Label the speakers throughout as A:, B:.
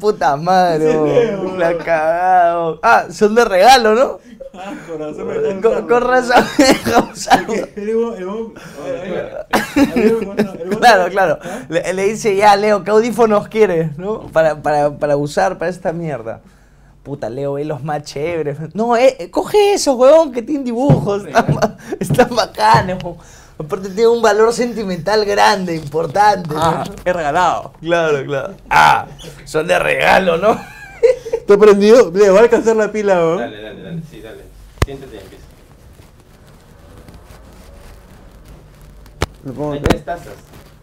A: Puta madre,
B: Sí,
A: bo.
B: weón.
A: la cagado. Ah, son de regalo, ¿no?
B: Ah, corazón,
A: Con, con razón me dejó usarlo. Claro, claro. Le, le dice ya, Leo, ¿qué audífonos quieres, no? Para, para, para usar para esta mierda. Puta, Leo, ve los más chéveres. No, eh, eh, coge esos, huevón, que tienen dibujos. Están, ba- están bacanes, huevón. Aparte tiene un valor sentimental grande, importante. ¿no?
B: Ah, he regalado.
A: Claro, claro. Ah, son de regalo, ¿no?
B: ¿Está prendido? Le va a alcanzar la pila, weón.
C: Dale, dale, dale, sí, dale. Siéntate y empieza.
B: Le pongo
C: Hay
B: acá.
C: tres tazas.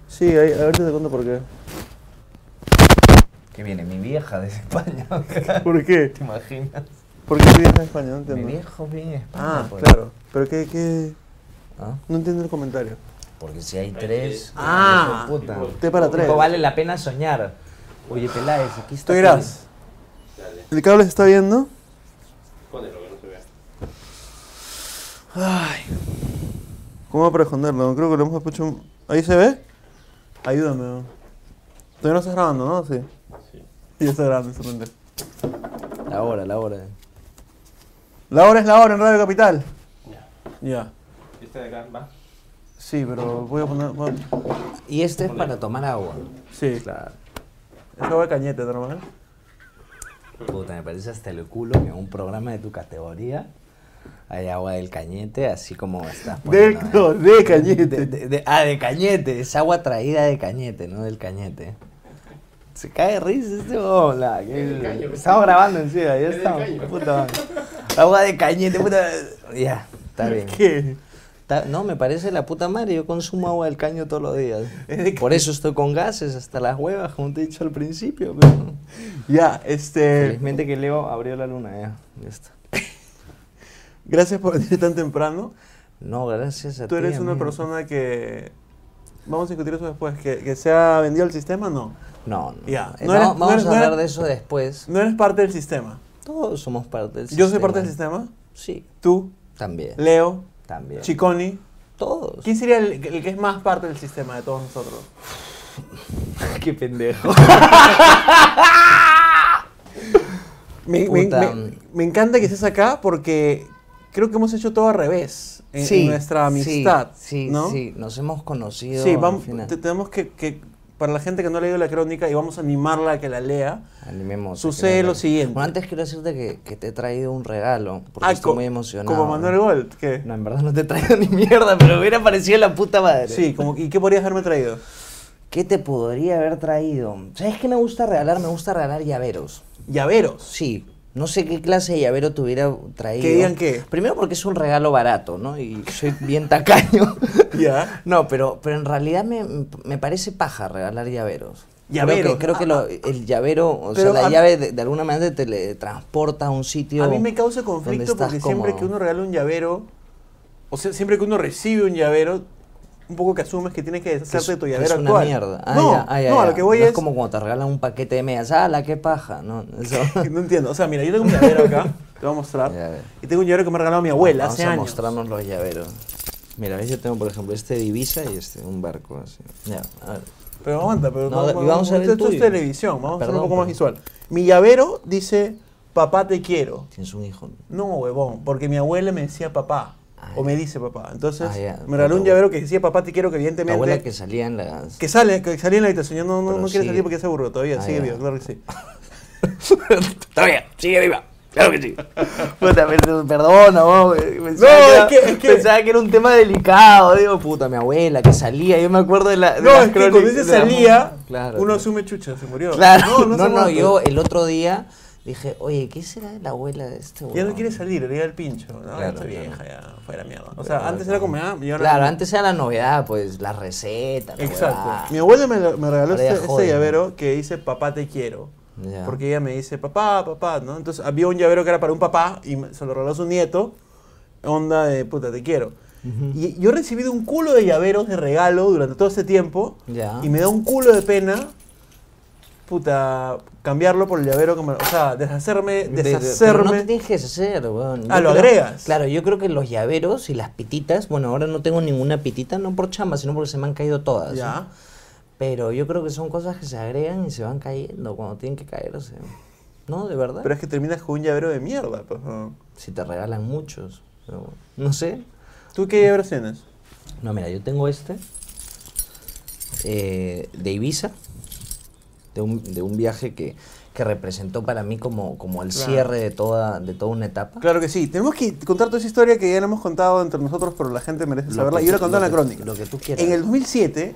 B: Sí, ahí, ahorita te cuento por qué.
A: Que viene mi vieja de España.
B: ¿Por qué?
A: ¿Te imaginas?
B: ¿Por qué vienes a España? No
A: Mi
B: entiendo.
A: viejo viene de España.
B: Ah,
A: pues.
B: claro. Pero qué, qué...
A: Ah,
B: No entiendo el comentario.
A: Porque si hay tres. pues,
C: tres.
B: Ah,
A: hijo de puta.
B: Té para tres.
A: Tipo, vale la pena soñar. Oye, Peláez, aquí está.
B: Estoy gras.
C: Dale,
B: ¿El cable se está viendo?
C: escóndelo que no se vea.
B: Ay. ¿Cómo va para esconderlo? No Creo que lo hemos puesto... un- ¿Ahí se ve? Ayúdame. weón. Todavía no estás grabando, ¿no? Sí.
C: Sí.
B: Ya está grabando, sorprende.
A: La hora, la hora.
B: La hora es la hora en Radio Capital.
C: Ya.
B: Ya.
C: Esta de acá va.
B: Sí, pero voy a poner... voy a-
A: Y esto es para tomar agua.
B: Sí, claro. Es agua de cañete, normal.
A: Puta, me parece hasta el culo que en un programa de tu categoría hay agua del cañete, así como estás
B: De,
A: poniendo,
B: no,
A: ¿eh?
B: de cañete.
A: De- de- de- ah, de cañete, es agua traída de cañete, no del cañete. Se cae de risa este huevón, la- que-
C: caño.
A: Estamos grabando encima, ya
C: del
A: estamos.
C: caño.
A: puta madre. Agua de cañete, puta. Ya, está bien.
B: ¿Qué?
A: Está- no, me parece la puta madre, yo consumo agua del caño todos los días. Por eso estoy con gases hasta las huevas, como te he dicho al principio. pero-
B: Ya, este.
A: Felizmente que Leo abrió la luna, ya. ya está.
B: Gracias por venir tan temprano.
A: No, gracias a ti.
B: Tú eres una
A: amigo.
B: persona que. Vamos a discutir eso después. ¿Que, que se ha vendido el sistema? No.
A: No, no.
B: Ya,
A: eh,
B: no
A: no,
B: eres- no
A: vamos
B: eres-
A: a
B: no
A: hablar
B: eres-
A: de eso después.
B: No eres parte del sistema.
A: Todos somos parte del sistema.
B: Yo soy parte del sistema.
A: Sí,
B: Tú,
A: también.
B: Leo,
A: también.
B: Chiconi.
A: Todos.
B: ¿Quién sería el, el que es más parte del sistema de todos nosotros?
A: Qué pendejo.
B: Me, me-
A: Puta.
B: me- me encanta que estés acá porque creo que hemos hecho todo al revés en, en nuestra amistad.
A: Sí,
B: ¿no?
A: sí, nos hemos conocido.
B: Sí,
A: al
B: vamos,
A: final.
B: te- tenemos que, que- para la gente que no ha leído la crónica y vamos a animarla a que la lea.
A: Animemos.
B: Sucede
A: aquí,
B: lo
A: ¿no?
B: siguiente.
A: Bueno, antes quiero decirte que, que te he traído un regalo. Porque
B: Ah,
A: estoy
B: co-
A: muy emocionado.
B: Como Manuel Gold, ¿qué?
A: No, en verdad no te he traído ni mierda, pero hubiera parecido la puta madre.
B: Sí, como, ¿y qué podrías haberme traído?
A: ¿Qué te podría haber traído? ¿Sabes qué me gusta regalar? Me gusta regalar llaveros.
B: Llaveros.
A: Sí. No sé qué clase de llavero te hubiera traído.
B: Que digan qué.
A: Primero porque es un regalo barato, ¿no? Y soy bien tacaño.
B: Ya.
A: No, pero, pero en realidad me, me parece paja regalar llaveros. Creo que-
B: Llaveros.
A: Creo que, lo- el llavero, o sea,
B: Ah, Pero
A: la
B: a-
A: llave de, de alguna manera te teletransporta a un sitio.
B: A mí me causa
A: donde
B: conflicto
A: estás
B: porque siempre
A: cómodo.
B: que uno regala un llavero, o sea, siempre que uno recibe un llavero, un poco que asumes que tienes que
A: Que es-
B: deshacerte de tu
A: que
B: llavero
A: es una
B: actual.
A: mierda. Ah,
B: no,
A: ya, ah, ya,
B: no, a
A: ya.
B: lo que voy
A: No
B: es...
A: es como cuando te regalan un paquete de medias. ¡Ah, la qué paja! No, eso.
B: No entiendo. O sea, mira, yo tengo un llavero acá, te voy a mostrar.
A: Ya, a ver.
B: Y tengo un llavero que me ha regalado mi abuela
A: Vamos
B: hace
A: a
B: años.
A: mostrarnos los llaveros. Mira, ¿ves? Yo tengo, por ejemplo, este divisa y este, un barco así. Ya, a ver.
B: Pero aguanta, pero
A: No, y
B: vamos,
A: vamos a ver el
B: esto, esto
A: tuyo.
B: es televisión, vamos a hacer
A: Perdón,
B: un poco más
A: perdón.
B: visual. Mi llavero dice, papá te quiero.
A: Tienes un hijo.
B: No, huevón, porque mi abuela me decía papá,
A: Ah,
B: o
A: ya.
B: me dice papá. Entonces,
A: Ah, ya,
B: me regaló un
A: puta,
B: llavero que decía papá te quiero, que
A: Tu abuela
B: evidentemente...
A: que
B: Que...
A: salía en las...
B: sale, que salía en la habitación, ya no, no,
A: Pero
B: no quiere
A: sigue.
B: salir porque ya se aburrió todavía,
A: Ah,
B: sigue
A: ya.
B: vivo, claro que sí.
A: Está bien, sigue viva. Claro que sí. Puta, per- perdona, vos, eh, pensaba
B: No,
A: era-
B: es que- es que-
A: pensaba que era un tema delicado. Digo, puta, mi abuela que salía. Yo me acuerdo de la. de
B: No,
A: las
B: es que cuando
A: crónicas
B: dice
A: de la-
B: salía,
A: Claro,
B: uno
A: claro.
B: asume chucha, se murió.
A: Claro,
B: se
A: no, no,
B: aguanta.
A: yo el otro día dije, oye, ¿qué será de la abuela de este
B: Ya no
A: huevón?"
B: quiere salir, le llega el pincho. No,
A: Claro,
B: está
A: claro.
B: vieja, ya, fuera mierda. O sea, antes era como, ah, yo no-
A: Claro, antes era la novedad, pues, la receta. la huevada.
B: Exacto. Mi abuela me, lo- me regaló
A: Ahora ya
B: este, este
A: jode, ¿no?
B: llavero que dice papá te quiero.
A: Ya.
B: Porque ella me dice papá, papá, ¿no? Entonces había un llavero que era para un papá y me- se lo regaló a su nieto. Onda de puta, te quiero. Y yo he recibido un culo de llaveros de regalo durante todo este tiempo.
A: Ya.
B: Y me da un culo de pena, puta, cambiarlo por el llavero. que me- o sea, deshacerme,
A: De- de- pero
B: deshacerme.
A: no te tienes que deshacer, weón.
B: Ah,
A: Yo
B: lo
A: creo-
B: agregas.
A: Claro, yo creo que los llaveros y las pititas, bueno, ahora no tengo ninguna pitita, no por chamba, sino porque se me han caído todas. ¿no?
B: ya.
A: Pero yo creo que son cosas que se agregan y se van cayendo cuando tienen que caerse. No, de verdad.
B: Pero es que terminas con un llavero de mierda, pues. ¿no?
A: Si te regalan muchos. pero no sé.
B: ¿Tú qué llaveros tienes?
A: No, mira, yo tengo este. eh, de Ibiza. De un, de un viaje que, que representó para mí como, como el
B: Claro.
A: cierre de toda, de toda una etapa.
B: Claro que sí. Tenemos que contar toda esa historia que ya la hemos contado entre nosotros, pero la gente merece
A: Lo
B: saberla.
A: que
B: Yo la
A: tú-
B: conté en
A: lo
B: la
A: que-
B: crónica.
A: lo que tú quieras.
B: En el 2007,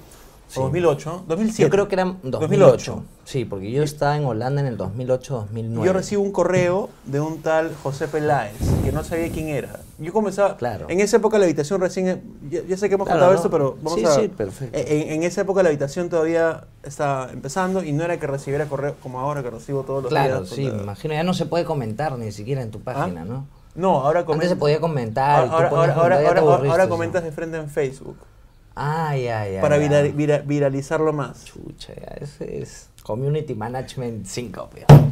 A: Sí.
B: o 2008, 2007.
A: Yo creo que eran 2008. Sí, porque yo estaba en Holanda en el 2008-2009.
B: Yo recibo un correo de un tal José Peláez, que no sabía quién era. Yo comenzaba.
A: Claro.
B: En esa época la habitación recién. Ya, ya sé que hemos
A: Claro,
B: contado
A: no.
B: esto, pero vamos
A: Sí,
B: a. E,
A: sí, perfecto.
B: En, en esa época la habitación todavía estaba empezando y no era que recibiera correo como ahora que recibo todos los
A: Claro,
B: días. pues,
A: sí, me imagino. Ya no se puede comentar ni siquiera en tu página, ¿no?
B: No, ahora
A: Antes
B: comentas.
A: se podía comentar. y tú
B: ahora,
A: ponías
B: ahora, ahora,
A: comentar, ya te
B: ahora- ahora
A: aburriste,
B: comentas
A: ¿no?
B: de frente en Facebook.
A: Ah, ya, ya.
B: para
A: ya.
B: vira- vira- viralizarlo más.
A: Chucha, ya, ese es Community Management 5,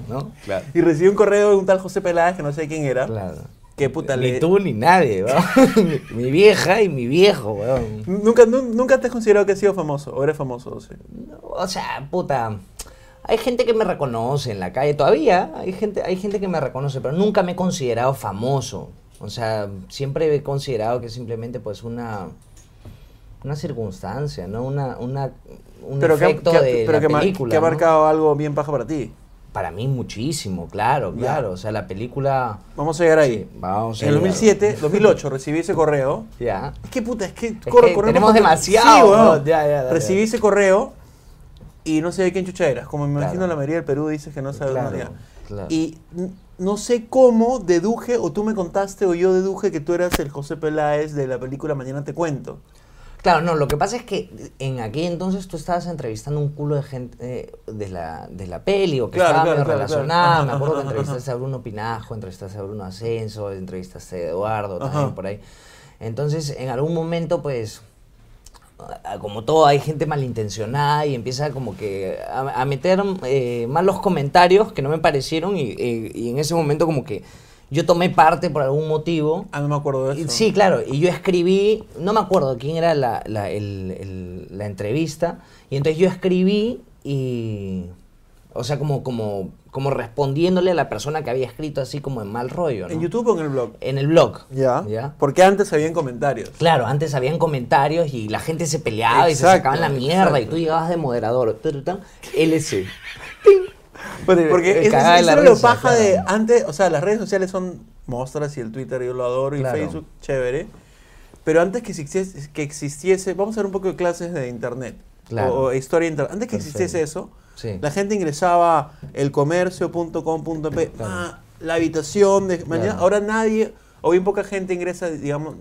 A: ¿no? Claro.
B: Y recibí un correo de un tal José Peláez que no sé quién era.
A: Claro.
B: Que puta
A: Ni
B: le.
A: tú ni nadie, weón. mi vieja y mi viejo, weón.
B: Nunca, nu- nunca te has considerado que has sido famoso, o eres famoso, sí.
A: No, O sea, puta. Hay gente que me reconoce en la calle todavía. Hay gente, hay gente que me reconoce, pero nunca me he considerado famoso. O sea, siempre he considerado que simplemente pues una una circunstancia, no una, una un
B: Pero que,
A: efecto
B: que-
A: de
B: pero
A: la
B: que, mar-
A: película.
B: que ha
A: ¿no?
B: marcado algo bien paja para ti.
A: Para mí muchísimo, claro,
B: Ya.
A: claro. O sea, la película.
B: Vamos a llegar ahí.
A: Vamos a
B: en el
A: llegar.
B: 2007, 2008, recibí ese correo.
A: Ya.
B: Es que puta, es que
A: que
B: corre- corremos
A: tenemos
B: contra-
A: demasiado,
B: Sí, weón.
A: ¿no? Ya, ya, dale,
B: Recibí
A: dale.
B: ese correo y no sé de quién chucha eras. Como me imagino
A: Claro.
B: la mayoría del Perú dices que no sabes
A: Claro,
B: nada.
A: claro.
B: Y n- no sé cómo deduje, o tú me contaste, o yo deduje que tú eras el José Peláez de la película Mañana te cuento.
A: Claro, no, lo que pasa es que en aquel entonces tú estabas entrevistando un culo de gente eh, de, la, de la peli o que
B: Claro,
A: estaba
B: claro,
A: medio
B: claro,
A: relacionada.
B: claro.
A: Me acuerdo que
B: Ajá,
A: entrevistaste a Bruno Pinajo, entrevistaste a Bruno Ascenso, entrevistaste a Eduardo
B: Ajá.
A: también por ahí. Entonces, en algún momento, pues, a- como todo, hay gente malintencionada y empieza como que a, a meter eh, malos comentarios que no me parecieron y, eh, y en ese momento como que yo tomé parte por algún motivo.
B: Ah, no me acuerdo de
A: Y
B: eso.
A: Sí, claro, y yo escribí, no me acuerdo quién era la, la- el- el- la entrevista, y entonces yo escribí y, o sea, como, como, como respondiéndole a la persona que había escrito así como en mal rollo, ¿no?
B: ¿En YouTube o en el blog?
A: En el blog.
B: Ya. Porque antes habían comentarios.
A: Claro, antes habían comentarios y la gente se peleaba y se
B: Exacto,
A: sacaban la mierda y
B: exacto.
A: tú llegabas de moderador. tu, tu, tu, LC.
B: Pues, Porque
A: Me
B: es, es,
A: cagaba
B: eso
A: la
B: era lo
A: risa,
B: paja
A: claro.
B: de antes, o sea, las redes sociales son mostras y el Twitter yo lo adoro y
A: Claro.
B: Facebook, chévere. Pero antes que existiese, que existiese, vamos a ver un poco de clases de internet
A: Claro.
B: o, o historia de internet. Antes que
A: Perfecto.
B: existiese eso,
A: Sí.
B: la gente ingresaba elcomercio.com.p, ah, la habitación de mañana.
A: Claro.
B: Ahora nadie, o bien poca gente ingresa, digamos,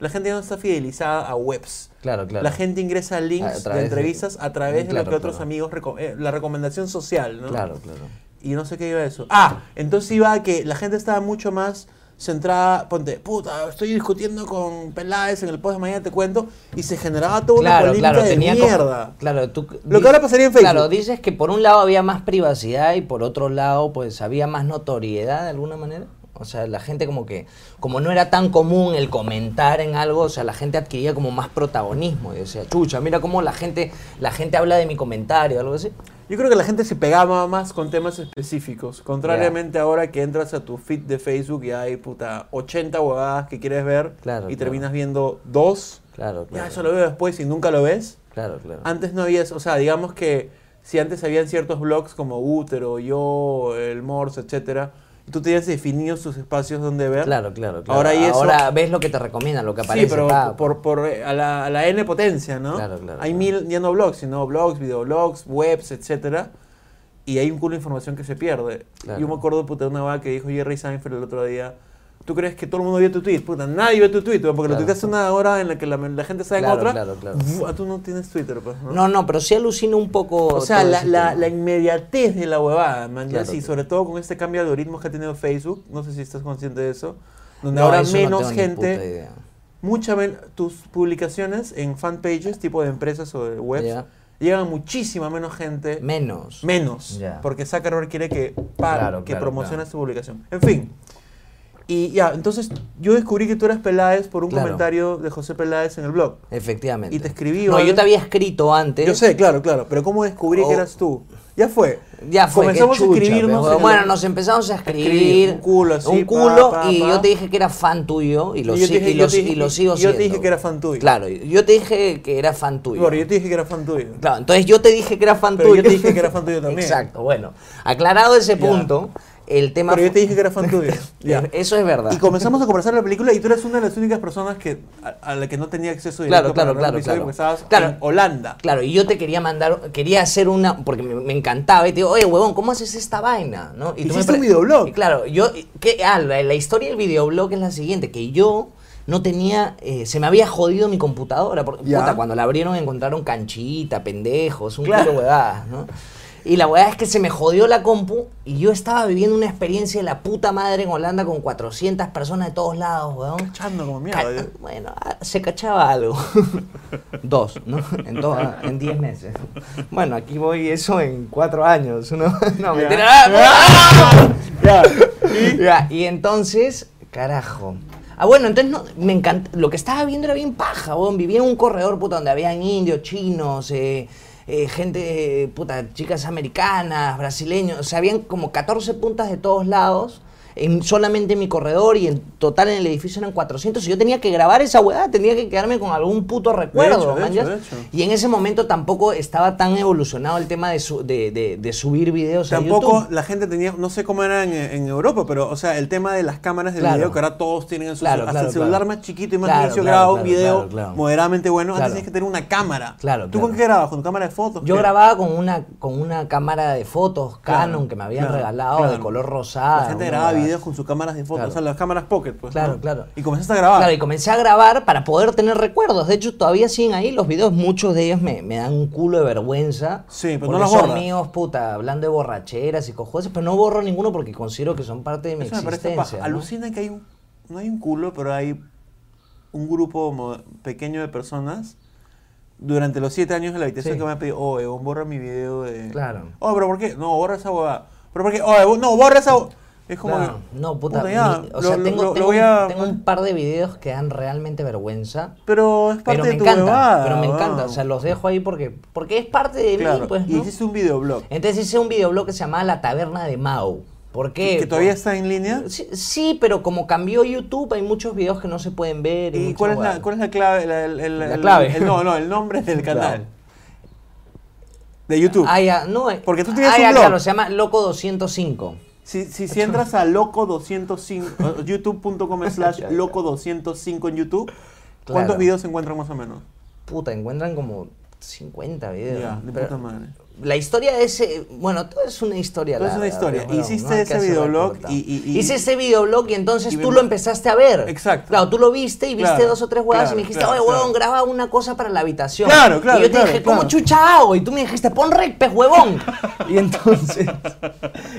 B: la gente ya no está fidelizada a webs.
A: Claro, claro.
B: La gente ingresa a
A: A
B: links de
A: través de-
B: entrevistas a través de lo
A: Claro,
B: que otros
A: claro.
B: amigos, reco- eh, la recomendación social, ¿no?
A: Claro, claro.
B: Y no sé qué iba eso. Ah, entonces iba a que la gente estaba mucho más centrada, ponte, puta, estoy discutiendo con Peláez en el post de mañana, te cuento, y se generaba toda una
A: Claro,
B: política
A: claro,
B: de
A: tenía como-
B: mierda.
A: claro, tú
B: Lo que ahora pasaría en Facebook.
A: Claro, dices que por un lado había más privacidad y por otro lado pues había más notoriedad de alguna manera. O sea, la gente como que como no era tan común el comentar en algo, o sea, la gente adquiría como más protagonismo y decía, "Chucha, mira cómo la gente la gente habla de mi comentario", algo así.
B: Yo creo que la gente se pegaba más con temas específicos, contrariamente ahora que entras a tu feed de Facebook y hay, puta, 80 huevadas que quieres ver
A: Claro,
B: y
A: claro.
B: terminas viendo dos.
A: Claro,
B: Ya,
A: claro.
B: eso lo Ah, veo después y nunca lo ves.
A: Claro, claro.
B: Antes no había eso, o sea, digamos que si antes habían ciertos blogs como Útero, Yo, El Morse, etcétera, y tú tenías definidos tus espacios donde ver.
A: Claro, claro, claro.
B: Ahora
A: Ahora,
B: hay eso-
A: ves lo que te recomiendan, lo que aparece.
B: sí, pero
A: pa,
B: por, por, eh, a, la, a la N potencia, ¿no?
A: Claro, claro,
B: Hay
A: claro.
B: mil, ya no blogs, sino blogs, videoblogs, webs, etcétera, y hay un culo de información que se pierde.
A: Claro.
B: Yo me acuerdo, puta, de una vaga que dijo Jerry Seinfeld el otro día, ¿tú crees que todo el mundo vio tu tweet? Puta, nadie vio tu tweet, porque lo
A: Claro.
B: tuiteaste una hora en la que la, la gente sabe
A: Claro,
B: en otra.
A: claro, claro.
B: Buah, tú no tienes Twitter, pues, ¿no?
A: No, no, pero sí alucina un poco
B: O sea,
A: todo
B: la,
A: ese
B: la,
A: tema.
B: la inmediatez de la huevada, man. ya
A: Claro,
B: sí,
A: claro.
B: sobre todo con este cambio de algoritmos que ha tenido Facebook, no sé si estás consciente de eso, donde
A: No,
B: ahora
A: eso no
B: menos
A: tengo ni puta
B: gente,
A: idea.
B: mucha men- tus publicaciones en fanpages, tipo de empresas o de webs,
A: Ya.
B: llegan a muchísima menos gente,
A: Menos.
B: menos,
A: Ya.
B: porque Zuckerberg quiere que, par-
A: Claro,
B: que
A: claro,
B: promociones
A: claro.
B: tu publicación. En fin, Y ya, entonces yo descubrí que tú eras Peláez por un
A: Claro.
B: comentario de José Peláez en el blog.
A: Efectivamente.
B: Y te escribí,
A: No,
B: ¿vale?
A: yo te había escrito antes.
B: Yo sé, claro, claro, pero ¿cómo descubrí
A: Oh.
B: que eras tú? Ya fue.
A: Ya fue. qué
B: Comenzamos
A: chucha,
B: a escribirnos.
A: pues,
B: en el-
A: Bueno, nos empezamos a escribir.
B: Escribir, un culo así,
A: un
B: pa,
A: culo,
B: pa,
A: y
B: pa.
A: yo te dije que era fan tuyo y lo,
B: Y yo
A: si-
B: te dije-
A: y
B: yo
A: lo
B: te
A: si-
B: dije-
A: y lo sigo
B: yo te
A: siendo.
B: dije que era fan tuyo.
A: Claro, yo te dije que era fan tuyo.
B: Bueno, yo te dije que era fan tuyo.
A: Claro, entonces yo te dije que era fan
B: Pero
A: tuyo.
B: yo te dije que era fan tuyo también.
A: Exacto, bueno. Aclarado ese
B: Ya.
A: punto, el tema...
B: Pero yo
A: fu-
B: te dije que era fan tuyo. Ya.
A: Eso es verdad.
B: Y comenzamos a conversar la película y tú eras una de las únicas personas que, a, a la que no tenía acceso
A: Claro,
B: directo
A: claro,
B: para ver el
A: claro, claro.
B: episodio porque estabas
A: Claro.
B: en Holanda.
A: Claro, y yo te quería mandar, quería hacer una, porque me, me encantaba, y te digo, oye, huevón, ¿cómo haces esta vaina? ¿No? Y
B: Hiciste
A: pre-
B: un videoblog.
A: Y claro, yo, que, ah, la, la historia del videoblog es la siguiente, que yo no tenía, eh, se me había jodido mi computadora, porque
B: Ya.
A: puta, cuando la abrieron encontraron canchita, pendejos, un
B: Claro.
A: culo de huevadas, ¿no? Y la huevada es que se me jodió la compu y yo estaba viviendo una experiencia de la puta madre en Holanda con 400 personas de todos lados, huevón.
B: Cachando como
A: Ca-
B: mierda.
A: Bueno, ah, se cachaba algo. Dos, ¿no? En, to- en diez meses. Bueno, aquí voy eso en cuatro años. No, no mentira. ¡Ah!
B: Ya.
A: Ya, y entonces, carajo. Ah, bueno, entonces no, me encanta. Lo que estaba viendo era bien paja, weón. Vivía en un corredor, puta, donde habían indios, chinos, eh, eh, gente, eh, puta, chicas americanas, brasileños. O sea, habían como 14 puntas de todos lados. En, solamente en mi corredor y en total en el edificio eran 400 y yo tenía que grabar esa hueá, tenía que quedarme con algún puto recuerdo,
B: hecho, de
A: man,
B: hecho,
A: ya.
B: de hecho.
A: Y en ese momento tampoco estaba tan evolucionado el tema de, su- de, de- de subir videos a YouTube.
B: Tampoco la gente tenía, no sé cómo era en, en Europa, pero o sea, el tema de las cámaras de
A: Claro.
B: video que ahora todos tienen en su
A: Claro,
B: celular, hasta
A: claro,
B: el celular
A: claro.
B: más chiquito y más
A: Claro,
B: necio
A: claro,
B: graba un
A: claro,
B: video
A: claro, claro.
B: moderadamente bueno, antes
A: Claro.
B: tienes que tener una cámara.
A: Claro,
B: ¿Tú
A: claro.
B: con qué grababas? ¿Con cámara de fotos?
A: Yo
B: ¿Qué?
A: grababa con una, con una cámara de fotos
B: Claro,
A: Canon que me habían
B: claro,
A: regalado de
B: claro.
A: color rosada.
B: La gente
A: Ah, una
B: grababa
A: huevada.
B: videos con sus cámaras de fotos,
A: Claro.
B: o sea, las cámaras pocket, pues.
A: Claro,
B: ¿no?
A: claro.
B: Y comenzaste a grabar.
A: Claro, y comencé a grabar para poder tener recuerdos. De hecho, todavía siguen ahí los videos. Muchos de ellos me, me dan un culo de vergüenza.
B: Sí, pero no
A: porque
B: los
A: son
B: borras.
A: míos, puta, hablando de borracheras y cojones, pero no borro ninguno porque considero que son parte de mi
B: Eso me parece
A: existencia.
B: paja.
A: ¿no?
B: Alucina que hay un, no hay un culo, pero hay un grupo mo- pequeño de personas durante los siete años de la habitación
A: Sí.
B: que me han pedido, oh, Egon, borra mi video de...
A: Claro.
B: Oh, pero ¿por qué? No, borra esa huevada. ¿Pero por qué? Oh, Egon, no, borra esa hue-". Es como...
A: Claro,
B: que,
A: no, puta.
B: ya,
A: mi- o sea,
B: lo-
A: tengo,
B: lo- lo
A: tengo
B: voy
A: un-
B: a-
A: tengo un par de videos que dan realmente vergüenza.
B: Pero es parte
A: Pero me
B: de tu
A: encanta,
B: huevada,
A: pero me
B: huevón.
A: encanta. O sea, los dejo ahí porque, porque es parte de
B: Claro,
A: mí, pues,
B: y
A: ¿no?
B: hiciste un videoblog.
A: Entonces hice un videoblog que se llamaba La Taberna de Mau. ¿Por qué?
B: ¿Que que todavía
A: Por-
B: está en línea?
A: Sí, sí, pero como cambió YouTube, hay muchos videos que no se pueden ver.
B: ¿Y
A: mucha
B: cuál es, la,
A: huevada.
B: cuál es la clave? La, el- el-
A: La
B: el-
A: clave.
B: el- no, no, el nombre del canal.
A: Claro.
B: De YouTube.
A: Ah, ya, no. eh,
B: Porque tú tienes
A: ah,
B: un
A: ya,
B: blog.
A: claro, se llama Loco 205.
B: Si, si, si entras a loco205, eh, youtube.com slash loco205 en YouTube, ¿cuántos
A: Claro.
B: videos se encuentran más o menos?
A: Puta, encuentran como 50 videos.
B: Ya, de
A: Pero
B: puta madre.
A: La historia de ese. Bueno, todo es una historia.
B: Todo es
A: larga,
B: una historia.
A: pero, bueno,
B: Hiciste
A: hay que
B: ese
A: hacerla
B: videoblog
A: corta.
B: y- y- y-
A: Hice ese videoblog y entonces
B: y
A: tú
B: me-
A: lo empezaste a ver.
B: Exacto.
A: Claro, tú lo viste y viste
B: Claro,
A: dos o tres huevas y
B: claro,
A: me dijiste,
B: claro,
A: oye, huevón,
B: claro.
A: graba una cosa para la habitación.
B: Claro, claro,
A: Y yo te
B: claro,
A: dije,
B: claro.
A: ¿cómo chucha hago? Y tú me dijiste, pon rec, pez huevón. y entonces.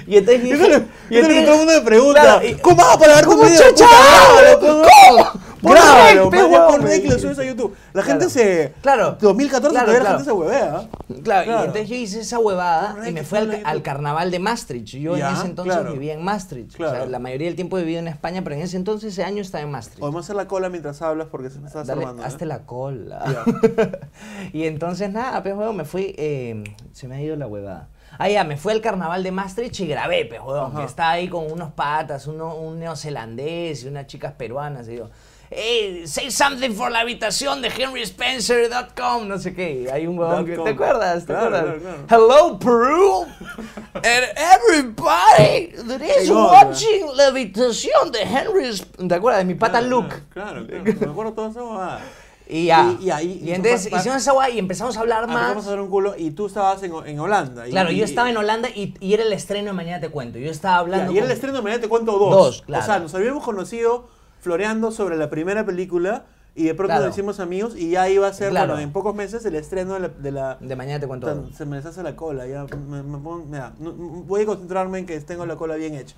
A: Y entonces dije.
B: Eso es lo- eso
A: y
B: es lo que
A: entonces-
B: todo el mundo me pregunta.
A: Claro, y-
B: ¿Cómo hago para ver un
A: ¿Cómo
B: video?
A: chucha
B: Puta,
A: hago?
B: grávalo,
A: ¿Cómo? Pon
B: Pon Grávalo,
A: rec, pe,
B: pues, ya
A: huevón,
B: pon
A: me
B: rec y lo
A: dijiste.
B: subes a YouTube. La
A: Claro.
B: gente se...
A: Claro.
B: 2014
A: Claro,
B: todavía la
A: claro.
B: gente se huevea. ¿eh?
A: Claro, y entonces yo hice esa huevada
B: Correcto,
A: y me fui al,
B: claro, yo
A: al
B: te-
A: carnaval de Maastricht. Yo
B: Ya,
A: en ese entonces
B: claro.
A: vivía en Maastricht. O sea,
B: Claro.
A: la mayoría del tiempo he vivido en España, pero en ese entonces, ese año estaba en Maastricht.
B: Podemos hacer la cola mientras hablas porque se me está
A: Dale,
B: armando. ¿eh?
A: hazte la cola.
B: Ya.
A: y entonces, nada, pues, huevón, me fui. eh, se me ha ido la huevada. Ah, ya, me fui al carnaval de Maastricht y grabé, pues, huevón, que estaba ahí con unos patas, uno, un neozelandés y unas chicas peruanas. Y digo, hey, say something for la habitación de henryspencer.com, no sé qué. y Hay un huevón que.
B: .com.
A: ¿Te acuerdas? ¿Te
B: Claro,
A: acuerdas?
B: claro,
A: Hello, Peru! And everybody that is
B: Qué gol,
A: watching la habitación de Henry. Sp- ¿Te acuerdas? De mi pata
B: Claro,
A: Luke.
B: Claro, claro. Me acuerdo todo eso. ah.
A: Y ya.
B: Y- y ahí- y
A: entonces
B: fue pa-
A: hicimos esa guay y empezamos a hablar
B: Vamos
A: más.
B: a hacer un culo y tú estabas en, en Holanda. y-
A: Claro,
B: y-
A: yo estaba en Holanda y, y era el estreno de Mañana Te Cuento. Yo estaba hablando.
B: Ya, y era el
A: con-
B: estreno de Mañana Te Cuento dos.
A: Dos, claro.
B: O sea, nos habíamos conocido floreando sobre la primera película y de pronto
A: Claro.
B: nos hicimos amigos y ya iba a ser,
A: Claro.
B: bueno, en pocos meses el estreno de la... de la-
A: De Mañana Te Cuento.
B: Tan- se me deshace la cola, ya. me- me pon- me da- no- no- voy a concentrarme en que tengo la cola bien hecha.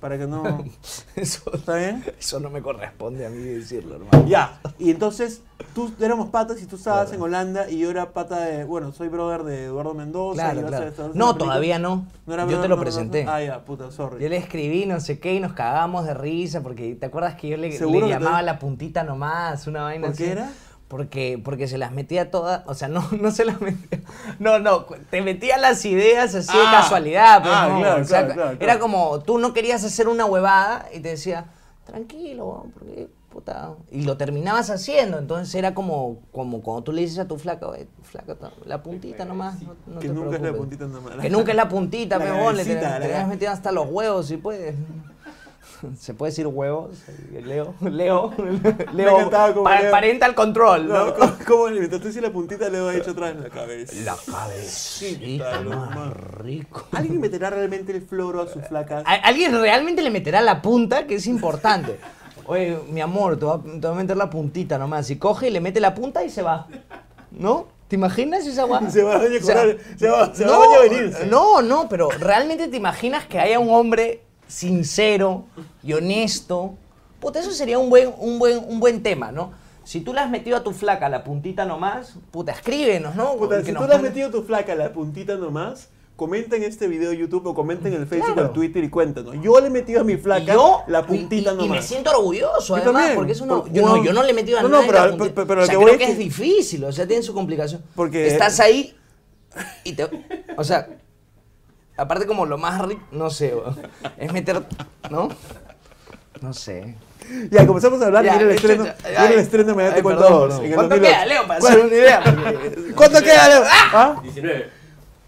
B: Para que no.
A: Eso,
B: ¿Está bien?
A: eso no me corresponde a mí decirlo, hermano.
B: Ya. Y entonces, tú éramos patas y tú estabas
A: Claro.
B: en Holanda y yo era pata de. Bueno, soy brother de Eduardo Mendoza.
A: Claro,
B: y vas a
A: claro.
B: estar-
A: No, todavía no.
B: ¿No era
A: Yo te
B: brother
A: lo
B: de Mendoza?
A: presenté.
B: Ah, ya, puta, sorry.
A: Yo le escribí, no sé qué, y nos cagábamos de risa, porque te acuerdas que yo le, le
B: Seguro que
A: llamaba
B: te-
A: la puntita nomás, una vaina
B: ¿Por qué
A: así.
B: era?
A: Porque, porque se las metía todas, o sea, no, no se las metía. No, no, cu- te metía las ideas así de
B: Ah,
A: casualidad. pues,
B: ah,
A: no,
B: claro,
A: o sea,
B: claro, claro,
A: Era
B: claro.
A: como, tú no querías hacer una huevada y te decía, tranquilo, weón, porque puta. Y lo terminabas haciendo, entonces era como, como cuando tú le dices a tu flaca, "Oye, flaca, ta- la puntita nomás. No, no
B: que
A: te
B: nunca es la
A: preocupes".
B: puntita nada más.
A: Que nunca es la puntita,
B: La
A: pegón, le
B: cabecita,
A: tenés,
B: la
A: tenés
B: cabeza.
A: metido hasta los huevos, si puedes. Se puede decir huevos, eh, Leo, Leo, Leo,
B: encantaba como
A: pa-
B: Leo.
A: parental control, ¿no?
B: No, ¿cómo- ¿Cómo le inventaste decir la puntita? Le he hecho atrás en la cabeza.
A: La cabecita,
B: Sí,
A: más
B: hermano.
A: rico.
B: ¿Alguien meterá realmente el floro a sus flacas?
A: Al- Alguien realmente le meterá la punta, que es importante. Oye, mi amor, te voy a, te voy a meter la puntita nomás. Y coge y le mete la punta y se va. ¿No? ¿Te imaginas esa guapa?
B: Se va a Doña Coral, se va- se va a Doña Venirse.
A: No, no, pero ¿realmente te imaginas que haya un hombre sincero y honesto? Puta, eso sería un buen, un buen, un buen tema, ¿no? Si tú le has metido a tu flaca la puntita nomás, puta, escríbenos, ¿no?
B: Puta,
A: Que
B: si
A: nos
B: tú le has
A: mande-
B: metido tu flaca la puntita nomás, comenta en este video de YouTube o comenta en el Facebook
A: Claro.
B: o el Twitter y cuéntanos. Yo le he metido a mi
A: Y
B: flaca
A: yo,
B: la puntita
A: y, y-
B: nomás.
A: Y me siento orgulloso,
B: Yo
A: además,
B: también,
A: porque eso no,
B: por-
A: yo, no,
B: no.
A: yo no le he metido a
B: No, no,
A: nadie
B: pero-
A: la
B: pero-
A: puntita.
B: pero- pero
A: o
B: lo
A: sea,
B: que
A: creo
B: voy es
A: que es
B: que-
A: difícil, o sea, tiene su complicación.
B: Porque-
A: Estás ahí y te... O sea, aparte como lo más rico, no sé, weón, es meter, ¿no? No sé.
B: Ya, comenzamos a hablar
A: Ya,
B: y viene el
A: ya,
B: estreno.
A: ya, ya,
B: Viene el
A: ay,
B: estreno, me
A: ay,
B: da cuenta
A: perdón,
B: dos.
A: no.
B: en el
A: ¿Cuánto
B: 2008.
A: queda, Leo, para hacer una idea? Porque-
B: ¿Cuánto queda, Leo? ¿Ah?
C: 19.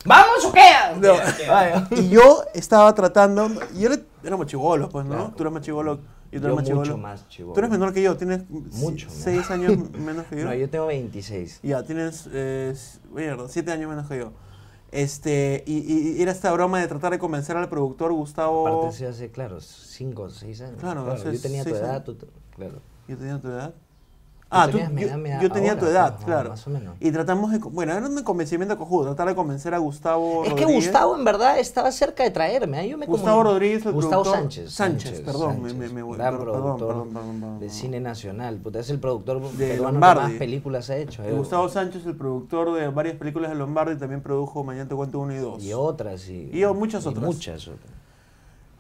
A: ¿Vamos o queda?
B: No.
A: Vaya.
B: Y yo estaba tratando. Yo era, éramos chivolos, pues, ¿no? Tú eras más chivolo. Yo, tú
A: Yo
B: eras más
A: mucho
B: chivolo.
A: más chibolo.
B: Tú eres menor que yo, tienes
A: Mucho
B: 6 años menos que yo.
A: No, yo tengo 26.
B: Ya, tienes, eh, mierda, siete años menos que yo. Este, y, y- y era esta broma de tratar de convencer al productor Gustavo...
A: Aparte se hace, claro, 5 o 6 años.
B: Oh. Claro, hace
A: yo tenía tu
B: seis
A: edad,
B: años.
A: tú... te- Claro.
B: ¿Yo tenía tu edad? Ah, tú,
A: tenías mi
B: yo,
A: edad, mi
B: yo
A: edad
B: tenía tu
A: ahora,
B: edad,
A: ajá,
B: claro.
A: más o menos.
B: Y tratamos de... co- Bueno, era un convencimiento cojudo, tratar de convencer a Gustavo
A: Es que
B: Rodríguez.
A: Gustavo en verdad estaba cerca de traerme. ¿eh? Yo me
B: Gustavo
A: comunico-
B: Rodríguez, el
A: Gustavo
B: productor-
A: Sánchez.
B: Sánchez, perdón, me- me- me-
A: gran
B: perdón,
A: productor
B: perdón, perdón, perdón, perdón,
A: de
B: perdón.
A: cine nacional. puta, es el productor
B: De
A: peruano que
B: Lombardi.
A: más películas ha hecho.
B: Y
A: eh,
B: Gustavo Sánchez, el productor de varias películas de Lombardi, también produjo Mañana te cuento 1 y 2.
A: Y otras. Y,
B: Y o- muchas otras.
A: Muchas otras.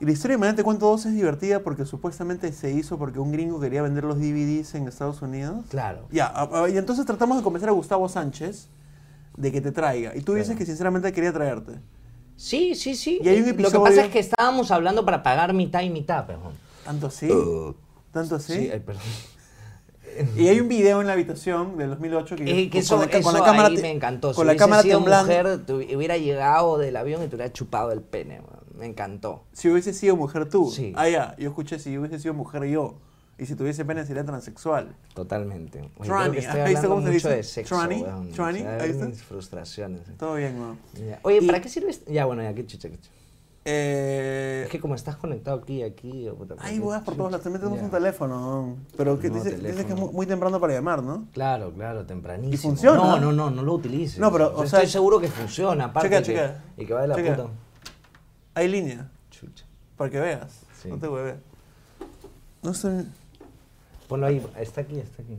B: Y la historia de Mañana te cuento 2 es divertida porque supuestamente se hizo porque un gringo quería vender los DVDs en Estados Unidos.
A: Claro.
B: Ya, a- a- y entonces tratamos de convencer a Gustavo Sánchez de que te traiga. Y tú dices que sinceramente quería traerte.
A: Sí, sí, sí. Eh,
B: Y hay un
A: Lo que
B: episodio-
A: pasa es que estábamos hablando para pagar mitad y mitad, perdón.
B: ¿Tanto así? ¿Tanto así?
A: Uh, Sí, ay, perdón.
B: y hay un video en la habitación del 2008 que, yo-
A: Eh, que eso, eso ahí
B: te-
A: me encantó.
B: Con
A: si
B: la
A: hubiese
B: cámara
A: sido
B: temblando.
A: mujer, te hubiera llegado del avión y te hubiera chupado el pene. weón. Me encantó.
B: Si hubiese sido mujer tú.
A: Sí.
B: Ah, ya. Yo escuché si hubiese sido mujer yo. Y si tuviese pene sería transexual.
A: Totalmente. Oye, creo
B: Tranny,
A: que estoy
B: ¿has visto
A: hablando
B: cómo se
A: mucho
B: dice?
A: de sexo,
B: Tranny,
A: weón. O
B: tranny,
A: sea,
B: ahí está.
A: mis frustraciones.
B: Todo bien, weón.
A: Ya. Oye,
B: Y-
A: ¿para qué sirve esto? Ya, bueno, ya, qué chucha, qué chucha.
B: Eh,
A: Es que como estás conectado aquí y aquí... oh, puta,
B: hay
A: qué
B: weas por todos
A: chucha.
B: lados. También tenemos
A: Ya.
B: un teléfono. weón. Pero que
A: No,
B: dice-
A: teléfono.
B: dices que es muy, muy temprano para llamar, ¿no?
A: Claro, claro, tempranísimo.
B: Y funciona.
A: No, no, no, no lo utilices.
B: No, pero, o
A: estoy
B: sea-
A: seguro que funciona, aparte.
B: Checa,
A: que-
B: checa.
A: Y que va de la
B: Checa.
A: puta.
B: Hay línea.
A: Chucha.
B: Para que veas.
A: Sí.
B: No te hueves. No sé.
A: Ponlo ahí, está aquí, está aquí.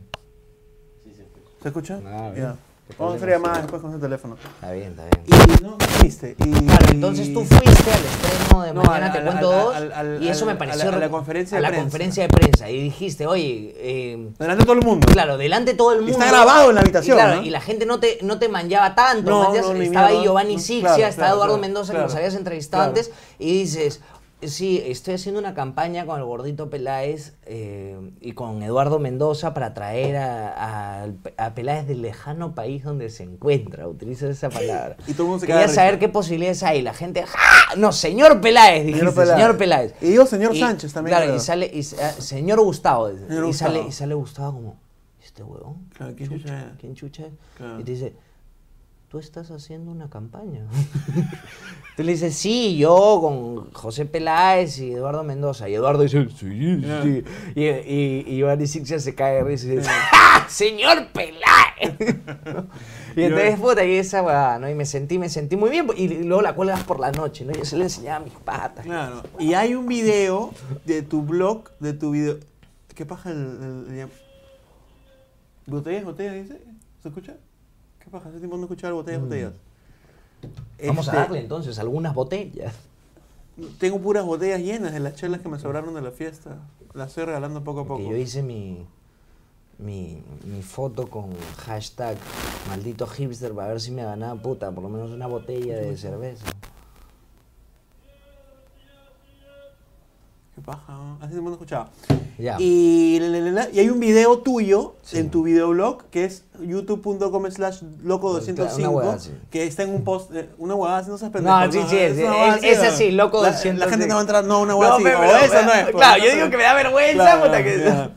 C: Sí, se fue.
B: ¿Se escucha?
A: Ah,
B: Ya.
A: bien. Qué
B: Vamos a hacer
A: problema.
B: llamadas después con ese teléfono.
A: Está bien, está bien.
B: Y no no fuiste. Y,
A: Claro, entonces tú fuiste al estreno de
B: No,
A: Mañana
B: al-
A: Te
B: al-
A: Cuento
B: al-
A: dos
B: al- al-
A: y eso me
B: al-
A: pareció...
B: a la- a la
A: re-
B: conferencia
A: a
B: de
A: la
B: prensa.
A: conferencia de prensa. Y dijiste, oye, eh,
B: Delante de todo el mundo.
A: claro, delante de todo el
B: Y
A: mundo...
B: está grabado en la habitación,
A: Y, claro,
B: ¿no?
A: y la gente no te, no te manllaba tanto.
B: No,
A: manjas,
B: no, ni
A: estaba ahí
B: mierda.
A: Giovanni
B: No,
A: Sixia,
B: claro,
A: estaba
B: claro,
A: Eduardo
B: claro,
A: Mendoza,
B: claro.
A: que nos habías entrevistado
B: Claro.
A: antes, y dices... Sí, estoy haciendo una campaña con el gordito Peláez eh, y con Eduardo Mendoza para traer a, a- a Peláez del lejano país donde se encuentra. Utiliza esa palabra.
B: Y todo el mundo se
A: Quería
B: caga de risa.
A: saber qué posibilidades hay. La gente, ¡ja! No, señor Peláez, dijiste,
B: Señor Peláez.
A: señor Peláez.
B: Y digo señor Sánchez también,
A: Claro,
B: creo.
A: y sale, y, sa- señor Gustavo. dice.
B: Señor
A: y,
B: Gustavo.
A: Sale, y sale Gustavo como, ¿este huevón?
B: Claro, ¿quién chucha es?
A: ¿Quién chucha es?
B: Claro.
A: Y te dice, tú estás haciendo una campaña. Tú le dices, sí, yo con José Peláez y Eduardo Mendoza. Y Eduardo dice, sí, sí. Y, y, y Iván Isixia se cae de risa y dice, ¡Ah, señor Peláez! y entonces, puta, y esa, weá, ¿no? Y me sentí, me sentí muy bien. Y luego la cuelgas por la noche, ¿no? Yo se le enseñaba mis patas.
B: Claro. Y hay un video de tu blog, de tu video. ¿Qué paja el. el, el llam- ¿Botellas, botellas, dice? ¿Se escucha? ¿Qué paja? Hace tiempo no escuchaba botellas, botellas.
A: Mm. Vamos a
B: Este,
A: darle entonces algunas botellas.
B: Tengo puras botellas llenas de las chelas que me sobraron de la fiesta. Las estoy regalando poco a poco.
A: Que yo hice mi, mi, mi foto con hashtag maldito hipster para ver si me ganaba puta, por lo menos una botella de cerveza.
B: Qué paja, ¿no? hace tiempo no escuchaba.
A: Ya.
B: Y, la, la, la, la, y hay un video tuyo
A: Sí.
B: en tu videoblog que es youtube.com slash
A: Una huevada
B: loco205
A: así.
B: que está en un post, eh, una huevada así, no seas pendejo.
A: No, sí, sí, es,
B: una huevada
A: es, es
B: ¿no?
A: así, loco
B: La-
A: 200.
B: La, gente
A: sí.
B: no va a entrar, no, una huevada así,
A: pero
B: o
A: me da-
B: eso no es. pues,
A: Claro,
B: no
A: yo
B: sé.
A: digo que me da vergüenza,
B: Claro,
A: puta, que...
B: ya.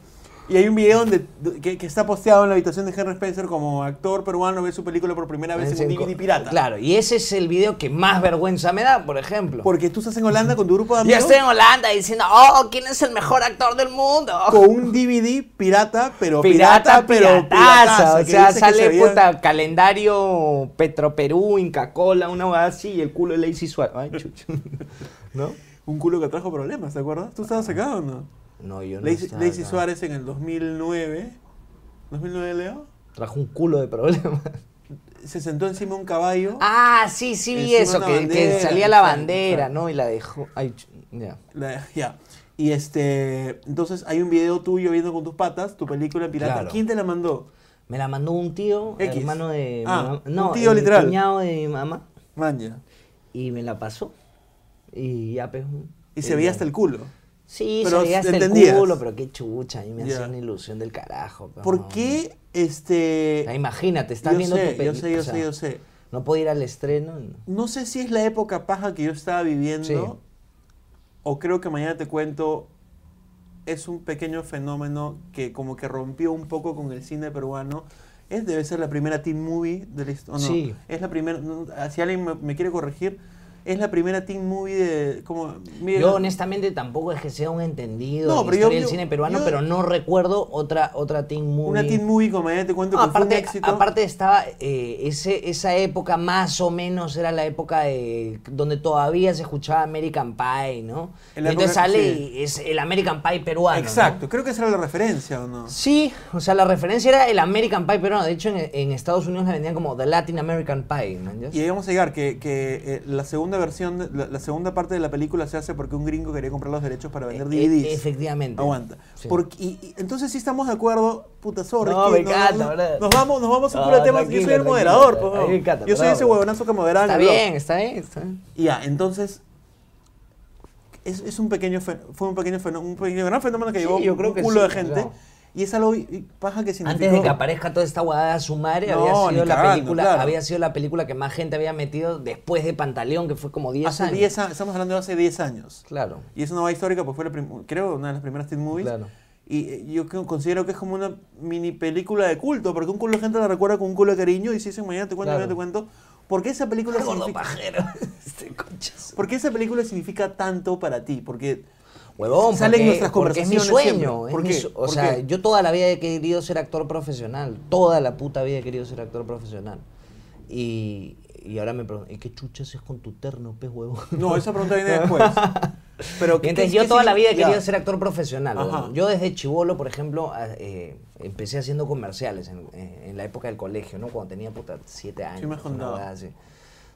B: Y hay un video donde, que, que está posteado en la habitación de Henry Spencer como actor peruano ve su película por primera vez en un DVD pirata.
A: Claro, y ese es el video que más vergüenza me da, por ejemplo.
B: Porque tú estás en Holanda con tu grupo de
A: Yo
B: amigos
A: estoy en Holanda diciendo, oh, ¿quién es el mejor actor del mundo?
B: con un DVD pirata, pero
A: pirata,
B: pirata, pero pirataza,
A: pirataza. O
B: que
A: sea,
B: dice que se
A: sale
B: veía-
A: puta calendario Petroperú, Inca Cola, una hueá así y el culo de Lazy Suárez. Ay, chucho. ¿No?
B: Un culo que trajo problemas, ¿te acuerdas? ¿Tú estabas acá o no?
A: No, yo no.
B: Lacey
A: estaba
B: Lacey
A: acá.
B: Suárez en el 2009, 2009 Leo,
A: Trajo un culo de problemas.
B: se sentó encima de un caballo,
A: Ah, sí, sí vi
B: Encima
A: eso,
B: una
A: que, que
B: bandera,
A: salía la
B: exacto,
A: bandera,
B: exacto.
A: ¿no? Y la dejó. Ay, ch- ya.
B: la- ya, y este, entonces hay un video tuyo viendo con tus patas tu película pirata.
A: Claro.
B: ¿Quién te la mandó?
A: Me la mandó un tío,
B: X.
A: hermano de. mi
B: Ah,
A: mam-
B: un
A: no,
B: tío
A: el
B: literal.
A: cuñado de mi mamá.
B: Manja.
A: Y me la pasó. Y ya, pues.
B: Y se veía hasta el culo.
A: Sí,
B: Pero
A: se veía hasta
B: entendías.
A: el culo, pero qué chucha, a mí me
B: Ya.
A: hacía una ilusión del carajo. pero
B: ¿Por
A: no.
B: qué
A: O sea,
B: este?
A: imagínate, estás
B: Yo
A: viendo
B: sé,
A: tu peli-
B: yo sé, yo
A: o sea,
B: sé, yo sé.
A: No puedo ir al estreno. y-
B: No sé si es la época paja que yo estaba viviendo.
A: Sí.
B: O creo que mañana te cuento. Es un pequeño fenómeno que como que rompió un poco con el cine peruano. Es, debe ser la primera teen movie de la historia.
A: Sí.
B: Es la primera. no, si alguien me, me quiere corregir, es la primera teen movie de. Como, mira,
A: Yo honestamente tampoco es que sea un entendido
B: No,
A: de la
B: pero yo-
A: historia del
B: yo-
A: cine peruano,
B: yo-
A: pero no recuerdo otra, otra teen movie.
B: Una teen movie como mañana te cuento
A: No,
B: que fue un
A: aparte,
B: éxito.
A: aparte estaba eh, ese, esa época más o menos era la época de, donde todavía se escuchaba American Pie, ¿no?
B: En
A: Y
B: la
A: entonces
B: época-
A: sale
B: sí.
A: y es el American Pie peruano. ¿no?
B: Exacto. Creo que esa era la referencia, ¿o no?
A: Sí, o sea, la referencia era el American Pie peruano. De hecho, en, en Estados Unidos la vendían como The Latin American Pie, ¿no?
B: Y ahí vamos a llegar, que, que eh, la segunda versión, de- la, la segunda parte de la película se hace porque un gringo quería comprar los derechos para vender
A: E-
B: DVDs.
A: e- efectivamente.
B: Aguanta.
A: Sí.
B: Porque, y- y- entonces sí estamos de acuerdo, puta sorry.
A: No,
B: que
A: me encanta, brother.
B: Nos vamos, nos vamos a
A: No,
B: pura tema. Yo
A: tranquilo,
B: soy el
A: tranquilo,
B: moderador,
A: brother.
B: pues,
A: A mí me
B: weón.
A: encanta,
B: Yo soy
A: bravo,
B: ese
A: brother.
B: huevonazo que moderaba en
A: Está
B: el blog.
A: bien, está bien, está bien.
B: Y Ya, entonces. Es, es un pequeño fe- fue un pequeño fenómeno, un pequeño gran fenómeno que
A: Sí,
B: llevó
A: yo creo
B: un
A: que
B: culo
A: sí,
B: de gente.
A: claro.
B: Y es algo y- y paja que significó.
A: Antes de que aparezca toda esta guada Sumare,
B: No,
A: había, sido
B: ni
A: la
B: cagando,
A: película,
B: claro.
A: había sido la película que más gente había metido después de Pantaleón, que fue como 10
B: hace
A: años.
B: 10 a- estamos hablando de hace 10 años.
A: Claro.
B: Y es una novela histórica, pues fue, la prim- creo, una de las primeras teen movies.
A: Claro.
B: Y eh, yo creo- considero que es como una mini película de culto, porque un culo de gente la recuerda con un culo de cariño y si dicen mañana te cuento,
A: Claro.
B: mañana te cuento. ¿Por qué esa película
A: Gordo
B: significa,
A: pajero. Este conchazo.
B: ¿por qué esa película significa tanto para ti? Porque
A: Huevón,
B: Sale en
A: porque-
B: nuestras
A: porque es mi
B: conversaciones
A: sueño.
B: siempre.
A: es
B: ¿Por
A: mi
B: qué?
A: su- o
B: ¿Por
A: sea,
B: qué?
A: yo toda la vida he querido ser actor profesional. Toda la puta vida he querido ser actor profesional. Y, y ahora me preguntan, ¿y qué chuchas es con tu terno, pez huevón?
B: no, esa pregunta viene después. Pero ¿qué-
A: Entonces,
B: qué-
A: yo
B: qué
A: toda la vida he
B: significa?
A: querido ser actor profesional.
B: Ajá.
A: weón. Yo desde chivolo, por ejemplo, a- eh, empecé haciendo comerciales en, eh, en la época del colegio, ¿no? Cuando tenía puta siete años.
B: me has
A: una
B: contado.
A: huevada así.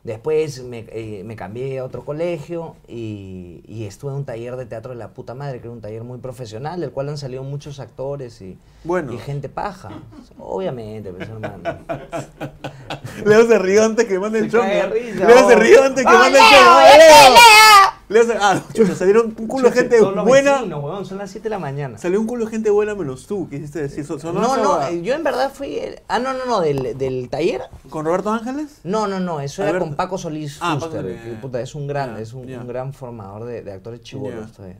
A: Después me, eh, me cambié a otro colegio y, y estuve en un taller de teatro de la puta madre, que era un taller muy profesional, del cual han salido muchos actores y,
B: Bueno.
A: y gente paja. Obviamente, pues, hermano.
B: Leo se rió antes que mande el
A: Se
B: chongo.
A: cae de risa,
B: Leo se
A: oh.
B: rió antes que
A: ¡Oh,
B: mande
A: Leo,
B: el chongo. ¡Oh,
A: este
B: Leo! Le hace- ah, chucha, salieron un culo de gente
A: Son los
B: buena.
A: vecinos, huevón, son las 7 de la mañana.
B: Salió un culo de gente buena menos tú, quisiste decir. Son- son
A: No,
B: las-
A: no, eh, yo en verdad fui. el- Ah, no, no, no, del, del taller.
B: ¿Con Roberto Ángeles?
A: No, no, no, eso era
B: Alberto.
A: con Paco Solís
B: Ah,
A: Fuster,
B: Paco Solís,
A: que,
B: ya, ya.
A: puta, es un gran,
B: Ya,
A: es un,
B: ya.
A: un gran formador de, de actores chibolos
B: Ya.
A: todavía.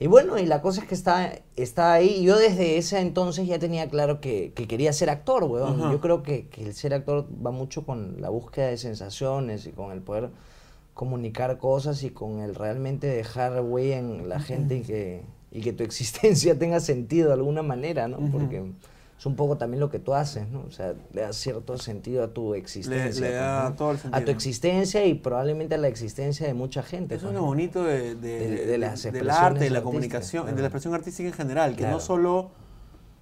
A: Y bueno, y la cosa es que estaba, estaba ahí, y yo desde ese entonces ya tenía claro que, que quería ser actor, weón.
B: Ajá.
A: Yo creo que, que el ser actor va mucho con la búsqueda de sensaciones y con el poder comunicar cosas y con el realmente dejar güey en la gente y que, y que tu existencia tenga sentido de alguna manera, ¿no?
B: Ujú.
A: Porque es un poco también lo que tú haces, ¿no? O sea, le das cierto sentido a tu existencia existencia,
B: Le- le da
A: pues, ¿no?
B: todo el
A: A tu
B: sentido.
A: existencia y probablemente a la existencia de mucha gente.
B: Eso
A: pues,
B: es lo
A: ¿no?
B: bonito de, de-
A: De- de las
B: del
A: expresiones
B: arte, de la
A: artísticas,
B: comunicación,
A: claro.
B: de la expresión artística en general. Que no
A: Claro.
B: solo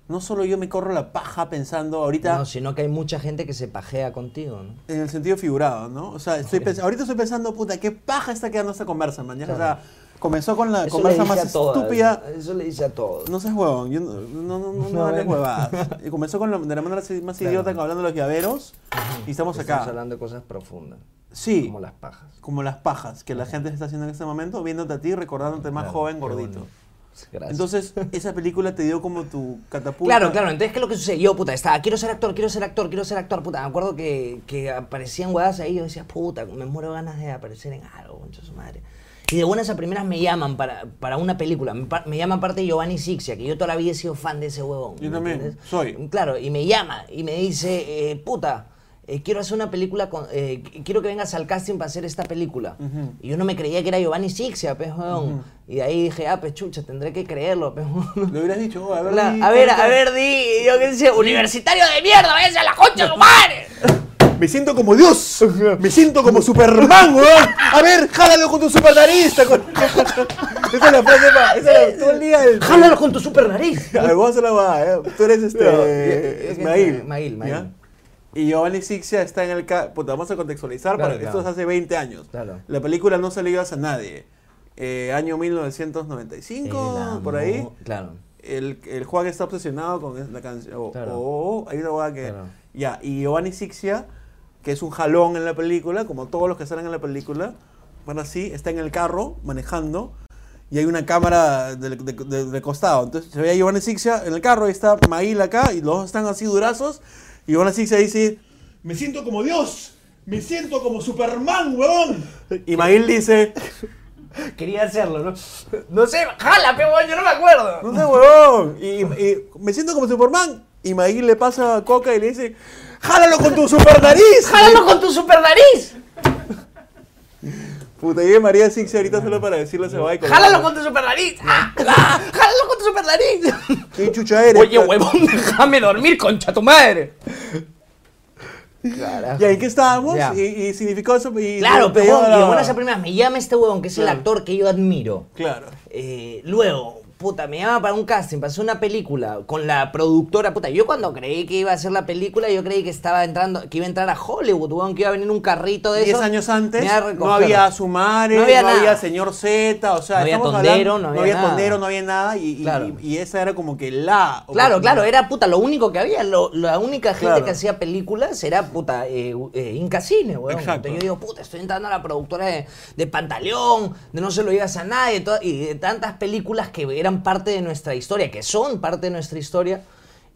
B: no solo yo me corro la paja pensando ahorita
A: No, sino que hay mucha gente que se pajea contigo, ¿no?
B: en el sentido figurado, ¿no? O sea, estoy pens- ahorita estoy pensando, puta, qué paja está quedando esta conversa, man. Ya,
A: Claro.
B: O sea, comenzó con la
A: Eso
B: conversa
A: le
B: más
A: dice a todas,
B: estúpida.
A: Eso le dice a todos.
B: No seas huevón, yo no, no, no, no,
A: No,
B: hables
A: bueno.
B: huevadas. Y comenzó con la, de la manera así- más
A: Claro.
B: idiota que hablando de los llaveros y estamos acá.
A: hablando de cosas profundas,
B: sí,
A: como las pajas.
B: como las pajas que la gente se está haciendo en este momento, viéndote a ti, recordándote más
A: Claro,
B: joven,
A: qué
B: gordito.
A: bonito. Gracias.
B: Entonces, esa película te dio como tu catapulta.
A: Claro, claro, entonces ¿qué es lo que sucedió? Puta, estaba, quiero ser actor, quiero ser actor, quiero ser actor, puta, me acuerdo que, que aparecían huevadas ahí, yo decía, puta, me muero de ganas de aparecer en algo, concha de su madre. Y de buenas a primeras me llaman para, para una película, me, pa- me llama aparte Giovanni Sixia, que yo toda la vida he sido fan de ese huevón.
B: Yo
A: ¿me
B: también, soy.
A: Claro, y me llama y me dice, eh, puta, eh, quiero hacer una película, con, eh, qu- quiero que vengas al casting para hacer esta película.
B: Ujú.
A: Y yo no me creía que era Giovanni Sixia, pues, huevón. Y de ahí dije, ah, pues chucha, tendré que creerlo, pues, huevón".
B: Le hubieras dicho, oh, a ver,
A: Claro,
B: di,
A: a ver,
B: cuenta.
A: a ver, di, yo qué sé, universitario de mierda, váyanse a la concha de su madre.
B: Me siento como Dios. Me siento como Superman, weón. A ver, jálalo con tu supernarista. Con... esa es la frase más. Esa es la, todo el día. del-
A: Jálalo con tu super nariz.
B: A ver, vamos a hacer la bajada, ¿eh? Tú eres este.
A: No, yo- yo-
B: Ismail.
A: Ismail,
B: ¿ya?
A: Ismail.
B: Y Giovanni Sixia está en el. ca- Puta, vamos a contextualizar.
A: Claro,
B: para...
A: claro.
B: Esto es hace 20 años.
A: Claro.
B: La película no se le ibas a nadie. Eh, año 1995, por ahí.
A: Claro.
B: El, el Juan está obsesionado con la canción. O,
A: Claro.
B: o- o- hay una hueá que.
A: Claro.
B: Ya, y Giovanni Sixia, que es un jalón en la película, como todos los que salen en la película, van así, está en el carro manejando y hay una cámara de, de- de- de costado. Entonces se ve a Giovanni Sixia en el carro y está Mail acá y los dos están así durazos. Y Giovanni Sixia dice: Me siento como Dios, me siento como Superman, huevón. Y Mail dice:
A: Quería hacerlo, ¿no? No sé, jala, pero yo no me acuerdo.
B: No sé, huevón. Y, y me siento como Superman. Y Magui le pasa a Coca y le dice, ¡jálalo con tu super nariz!
A: Jálalo con tu super nariz.
B: Puta, yo María Six ahorita solo para decirle se va y
A: Jálalo con tu super nariz. Ah, ah, jálalo con tu super nariz.
B: ¿Qué chucha eres?
A: Oye, huevón, déjame dormir, concha tu madre. Carajo.
B: ¿Y ahí que estábamos?
A: Ya.
B: Y, y significó eso. Y
A: Claro,
B: te lleva
A: pero
B: la-
A: y de buenas a primeras me llama este huevón, que es el
B: Claro.
A: actor que yo admiro.
B: Claro.
A: Eh, luego, puta, me llama para un casting, para hacer una película con la productora, puta. Yo cuando creí que iba a hacer la película, yo creí que estaba entrando, que iba a entrar a Hollywood, weón, que iba a venir un carrito de
B: Diez
A: esos.
B: años antes
A: me iba a
B: no
A: recoger.
B: había Sumare,
A: No
B: no
A: había
B: había,
A: nada.
B: Señor Z, o sea,
A: No había
B: estamos
A: Tondero,
B: hablando-
A: no había nada.
B: Tondero, no había nada y, y-
A: Claro.
B: y esa era como que la
A: Claro,
B: oportunidad.
A: claro, era puta, lo único que había, lo- la única gente
B: Claro.
A: que hacía películas era puta eh, eh, Inca Cine, weón.
B: Exacto.
A: Entonces yo digo, puta, estoy entrando a la productora de, de Pantaleón, de No se lo digas a nadie, to- y de tantas películas que eran parte de nuestra historia, que son parte de nuestra historia.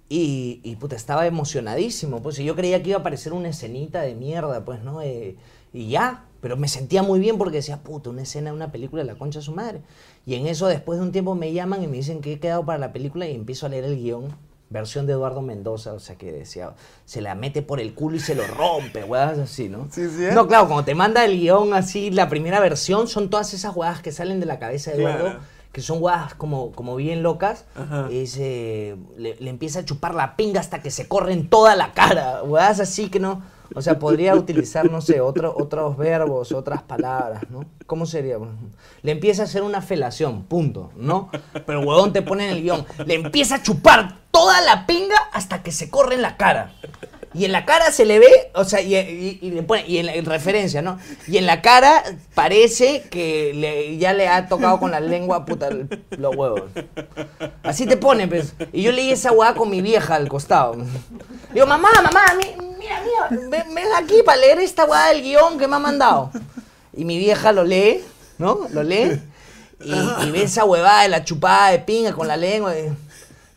A: Y, y, puta, estaba emocionadísimo, pues, y yo creía que iba a aparecer una escenita de mierda, pues, ¿no? Eh, y ya, pero me sentía muy bien porque decía, puta, una escena de una película de la concha de su madre. Y en eso, después de un tiempo, me llaman y me dicen que he quedado para la película y empiezo a leer el guión, versión de Eduardo Mendoza, o sea, que decía, se la mete por el culo y se lo rompe, huevadas así, ¿no?
B: Sí, sí, ¿eh?
A: No, claro, cuando te manda el guión así, la primera versión, son todas esas huevadas que salen de la cabeza de Eduardo
B: Claro.
A: que son guadas como, como bien locas,
B: Ajá.
A: es, eh, le, le empieza a chupar la pinga hasta que se corre en toda la cara. Guadas así que no. O sea, podría utilizar, no sé, otro, otros verbos, otras palabras, ¿no? ¿Cómo sería? por ejemplo? Le empieza a hacer una felación, punto, ¿no? Pero huevón te pone en el guión. Le empieza a chupar toda la pinga hasta que se corre en la cara. Y en la cara se le ve, o sea, y, y- y le pone- y en, la- en referencia, ¿no? Y en la cara parece que le- ya le ha tocado con la lengua, puta, el- los huevos. Así te pone, pues. Y yo leí esa hueá con mi vieja al costado. Digo, mamá, mamá, mi- mira, mira, ven, ven aquí para leer esta hueá del guión que me ha mandado. Y mi vieja lo lee ¿no? Lo lee y, y ve esa huevada de la chupada de pinga con la lengua. y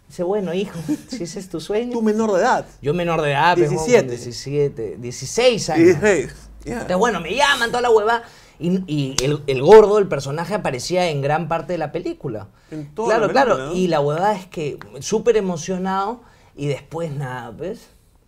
A: dice, bueno, hijo, si ese es tu sueño.
B: Tú menor de edad.
A: Yo menor de edad, pues, huevón, con
B: 17.
A: 17, 16 años.
B: Dieciséis. Ya.
A: Entonces, bueno, me llaman toda la hueva. Y, y el, el gordo, el personaje, aparecía en gran parte de la película.
B: En toda
A: claro,
B: la película,
A: claro.
B: ¿no?
A: Y la huevada es que súper emocionado y después nada, ¿ves?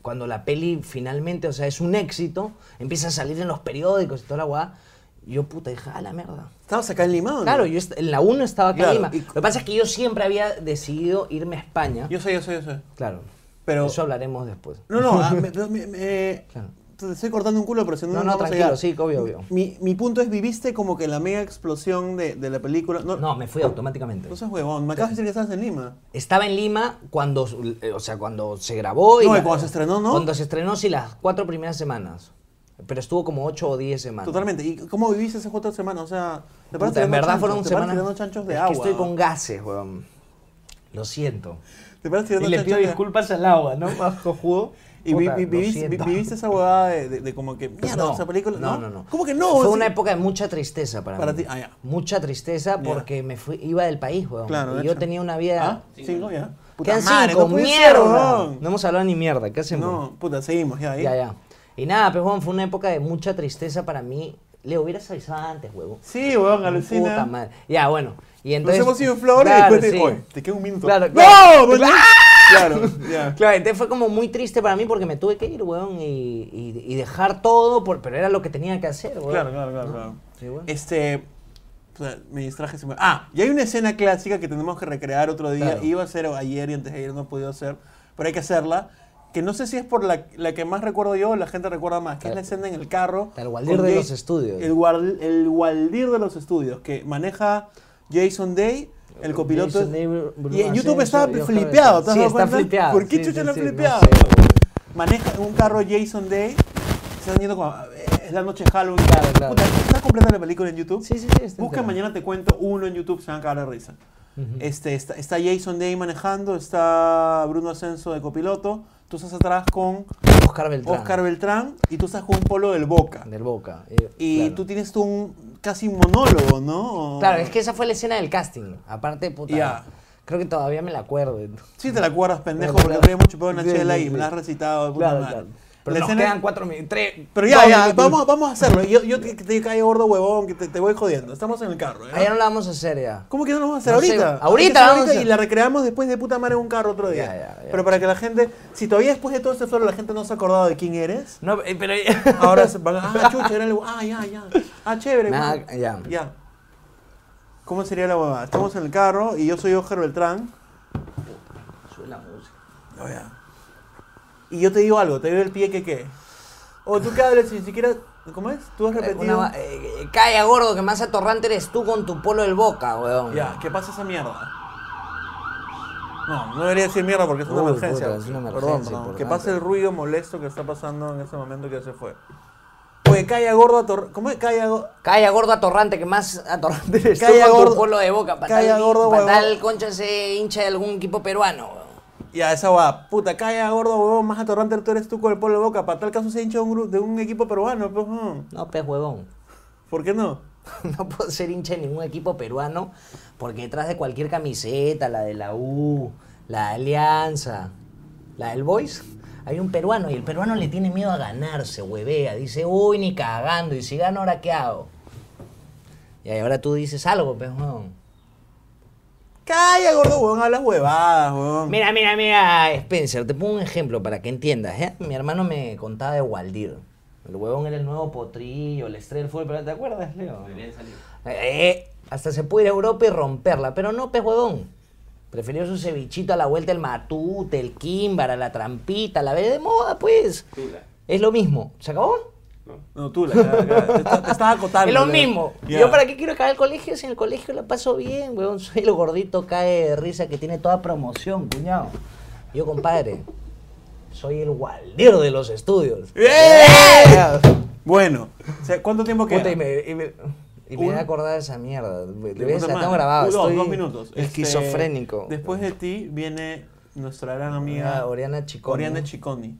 A: Cuando la peli finalmente, o sea, es un éxito, empieza a salir en los periódicos y toda la huevada. Yo puta dije, a la mierda.
B: Estabas acá en Lima, ¿o no?
A: Claro, yo est- en la 1 estaba acá en Lima.
B: Claro, y-
A: Lo que pasa es que yo siempre había decidido irme a España.
B: Yo sé, yo sé, yo sé.
A: Claro.
B: Pero-
A: Eso hablaremos después.
B: No, no, ah, me, pero me- me-
A: Claro.
B: te estoy cortando un culo, pero si no,
A: No, no,
B: vamos a
A: tranquilo,
B: llegar.
A: sí, obvio, obvio.
B: Mi, mi punto es, viviste como que la mega explosión de, de la película. No,
A: No, me fui automáticamente.
B: no seas huevón, me acabas de decir que estabas en Lima.
A: Estaba en Lima cuando, eh, o sea, cuando se grabó.
B: No, y
A: la-
B: cuando se estrenó, ¿no?
A: Cuando se estrenó, sí, las cuatro primeras semanas. Pero estuvo como ocho o diez semanas.
B: Totalmente. ¿Y cómo viviste esas cuatro semanas? O sea,
A: Ah,
B: te
A: Puta,
B: paras tirando
A: en verdad
B: chanchos,
A: fueron
B: te paras
A: semanas.
B: tirando chanchos de
A: es
B: agua.
A: Que estoy con gases, weón. Lo siento.
B: Te paras
A: Y
B: tirando
A: le
B: chanchos
A: pido
B: de-
A: disculpas al agua, ¿no? Bajo jugo.
B: Y vi-
A: Puta,
B: vi-
A: lo
B: viviste, vi-
A: siento. Pues
B: viviste esa huevada de, de- de como que mierda
A: No,
B: esa película.
A: No, no, no.
B: ¿Cómo que no?
A: Fue
B: Sí.
A: una época de mucha tristeza para,
B: Para
A: mí.
B: ti, ah, ya.
A: Mucha tristeza
B: Ya.
A: porque me fui, iba del país, weón.
B: Claro, de
A: y yo
B: hecho.
A: tenía una vida.
B: ¿Ah? Cinco ya.
A: Quedan cinco,
B: no puede ser,
A: mierda.
B: huevón.
A: no hemos hablado ni mierda, ¿qué hacemos?
B: No, ¿eh? puta, seguimos ya ahí.
A: Ya, ya. Y nada, pues, huevón, fue una época de mucha tristeza para mí. Le hubieras avisado antes, huevón.
B: Sí, huevón, alucina.
A: Puta madre. Ya, bueno. Y
B: Nos
A: entonces,
B: hemos ido en flores
A: Claro,
B: y después te
A: sí.
B: oye, te queda un minuto.
A: Claro,
B: ¡No!
A: claro.
B: boludo! Claro, ya.
A: Claro, entonces fue como muy triste para mí porque me tuve que ir, huevón, y, y- y dejar todo, por, pero era lo que tenía que hacer, huevón.
B: Claro, claro, claro, claro.
A: Sí, huevón.
B: Este. o sea, me distraje. se me- Ah, y hay una escena clásica que tenemos que recrear otro día.
A: Claro.
B: Iba a ser ayer y antes de ayer no he podido hacer, pero hay que hacerla. Que no sé si es por la, la que más recuerdo yo o la gente recuerda más, que es la
A: Tal-
B: escena en el carro.
A: tal Waldir
B: con
A: de
B: Jay-
A: los estudios.
B: El, guar- el Waldir de los estudios, que maneja Jason Day, el copiloto.
A: Jason David Bruno
B: y en YouTube
A: Asensio
B: estaba
A: y Oscar
B: flipeado, ¿te has
A: Sí,
B: dado
A: está
B: cuenta?
A: flipeado.
B: ¿Por qué
A: sí,
B: chucha
A: sí,
B: lo ha
A: sí,
B: flipeado?
A: No sé, huevón.
B: maneja un carro Jason Day. Se están yendo como. eh, Es la noche de Halloween.
A: Claro, claro.
B: Puta, ¿Está completa la película en YouTube?
A: Sí, sí, sí. está
B: Busca
A: enterado.
B: mañana te cuento uno en YouTube, se van a cagar de risa. este, está, está Jason Day manejando, está Bruno Ascenso de copiloto, tú estás atrás con
A: Oscar Beltrán.
B: Oscar Beltrán y tú estás con un polo del Boca.
A: Del Boca. Eh,
B: Y
A: claro.
B: tú tienes tú un casi un monólogo, ¿no? O-
A: Claro, es que esa fue la escena del casting. Aparte, puta.
B: Ya.
A: Creo que todavía me la acuerdo.
B: Sí te la acuerdas, pendejo,
A: Claro,
B: porque
A: claro.
B: había mucho peor en la
A: Sí,
B: chela
A: sí,
B: y
A: sí.
B: me la has recitado. de puta madre.
A: Pero
B: La
A: nos
B: escena-
A: quedan cuatro minutos. Tres.
B: Pero ya,
A: dos
B: ya,
A: minutos.
B: vamos, vamos a hacerlo. Yo, yo que te cae gordo huevón, que te, te voy jodiendo. Estamos en el carro, ¿ya?
A: Ah, ya no la vamos a hacer ya.
B: ¿Cómo que no lo vamos a hacer
A: No sé,
B: ahorita?
A: ahorita
B: Hay que hacerlo
A: vamos a hacer.
B: Y la recreamos después de puta madre en un carro otro día.
A: Ya, ya, ya.
B: Pero para que la gente, si todavía después de todo este floro la gente no se ha acordado de quién eres,
A: No, eh, pero.
B: ahora se van a, ah, chucha, era el, ah, ya, ya, ah, chévere.
A: Nada,
B: bueno.
A: ya.
B: Ya. ¿Cómo sería la huevada? Estamos en el carro y yo soy Oscar Beltrán.
A: Sube la música.
B: Oh, ya. Y yo te digo algo, te doy el pie que qué. O tú que hablas sin siquiera, ¿cómo es? Tú has
A: Eh,
B: repetido.
A: una va- eh, eh, calla, gordo, que más atorrante eres tú con tu polo del boca, weón.
B: Ya, ¿qué pasa esa mierda? No, no debería decir mierda porque es una
A: Uy,
B: emergencia.
A: puta, es una emergencia
B: Perdón, perdón.
A: importante.
B: Que pase el ruido molesto que está pasando en este momento que ya se fue. Oye, calla gordo, ator- ¿cómo es calla gordo?
A: Calla, gordo atorrante, que más atorrante eres
B: Calla,
A: tú con
B: gordo.
A: tu polo de boca. Para
B: Calla,
A: tal,
B: gordo,
A: para
B: huevón.
A: tal concha ese hincha de algún equipo peruano, weón.
B: Ya, esa va. Puta, calla gordo, huevón, más atorrante tú eres tú con el polo de boca. Para tal caso se hincha de un, gru- de un equipo peruano, pues, ¿no?
A: No, pez huevón.
B: ¿Por qué no?
A: No puedo ser hincha de ningún equipo peruano porque detrás de cualquier camiseta, la de la U, la de Alianza, la del Boys, hay un peruano y el peruano le tiene miedo a ganarse, huevea. Dice, uy, ni cagando, y si gano, ¿ahora qué hago? Y ahí ahora tú dices algo, pues, huevón.
B: Calla gordo, huevón, a las huevadas, huevón.
A: Mira, mira, mira, Spencer, te pongo un ejemplo para que entiendas. ¿eh? Mi hermano me contaba de Waldir. El huevón era el nuevo potrillo, el estrella del fútbol, pero ¿te acuerdas, Leo?
C: Deberían salir.
A: Eh, eh, hasta se puede ir a Europa y romperla, pero no, pez huevón. Prefirió su cevichito a la vuelta del matute, el químbara, la trampita, la vez de moda, pues.
C: Tula.
A: Es lo mismo. ¿Se acabó?
C: ¿no?
B: No, tú la calla, calla. Te, está- te estaba acotando.
A: Es lo
B: ya.
A: mismo.
B: Ya.
A: Yo para qué quiero acabar el colegio si en el colegio la paso bien, weón. Soy el gordito cae de risa que tiene toda promoción, cuñado. Yo, compadre, soy el gualdir de los estudios.
B: ¡Bien! Bueno, o sea, ¿cuánto tiempo queda?
A: Puta, y me, y me, y me
B: Un-
A: voy a acordar de esa mierda. Me-
B: De
A: ves,
B: puta
A: la tengo
B: madre.
A: grabada.
B: Uno,
A: Estoy
B: dos minutos. Este,
A: Esquizofrénico.
B: después de ti viene nuestra gran
A: Mira,
B: amiga
A: Oriana Chicón.
B: Oriana Chiconi.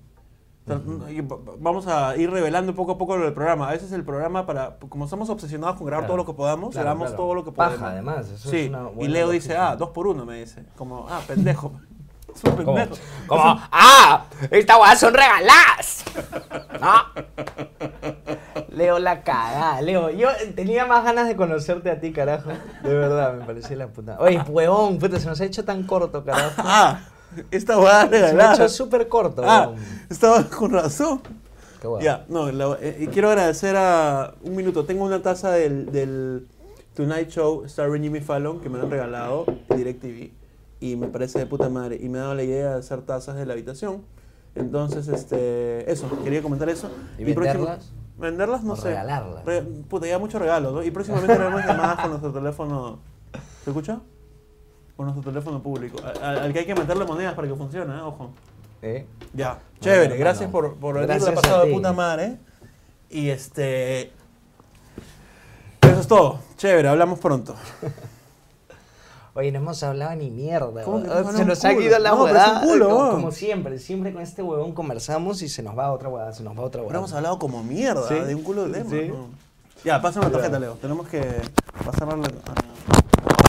B: O sea, y va- va- Vamos a ir revelando poco a poco lo del programa. A veces el programa, para como estamos obsesionados con grabar
A: Claro.
B: todo lo que podamos,
A: Claro,
B: grabamos
A: claro.
B: todo lo que
A: Paja,
B: podemos.
A: además, eso
B: sí.
A: es una
B: y
A: buena
B: Leo dice,
A: logística.
B: ah, dos por uno, me dice. Como, ah, pendejo. Es un
A: Como,
B: pendejo.
A: como, ¡ah! ¡Estas guadas son regaladas! ¿No? Leo la cagada, Leo. Yo tenía más ganas de conocerte a ti, carajo. De verdad, me parecía la puta. Oye, huevón, puta, se nos ha hecho tan corto, carajo.
B: Ah, esta va a
A: Se nos ha
B: regalar.
A: hecho súper corto,
B: Ah,
A: huevón.
B: estaba con razón.
A: Qué huevón.
B: Ya, no, la- eh, y quiero agradecer a. Un minuto, tengo una taza del, del Tonight Show starring Jimmy Fallon que me lo han regalado de DirecTV y me parece de puta madre. Y me ha dado la idea de hacer tazas de la habitación. Entonces, este. Eso, quería comentar eso.
A: ¿Y
B: próximo-
A: venderlas?
B: venderlas, no
A: ¿O
B: sé.
A: regalarlas?
B: Re- puta, ya mucho regalo, ¿no? Y próximamente haremos llamadas con nuestro teléfono. ¿Se escucha? Con nuestro teléfono público. a- a- Al que hay que meterle monedas para que funcione, ¿eh? ojo.
A: ¿Eh?
B: Ya, chévere,
A: hermano.
B: gracias por, por venir,
A: Gracias
B: la ha pasado
A: a
B: de
A: ti.
B: puta madre. ¿eh? Y este. Eso es todo, chévere, hablamos pronto.
A: Oye, no hemos hablado ni mierda.
B: ¿Cómo que no
A: huevón.
B: hemos
A: se
B: hablado
A: nos
B: un
A: ha ido
B: culo?
A: la
B: No, pero es un
A: huevada.
B: culo,
A: como,
B: huevón.
A: como siempre, siempre con este huevón conversamos y se nos va otra huevada, se nos va otra
B: Ahora
A: huevada.
B: hemos hablado como mierda,
A: Sí.
B: de un culo de tema.
A: Sí.
B: ¿no? Ya, pásame la tarjeta, Leo. Tenemos que pasarla. a la- a-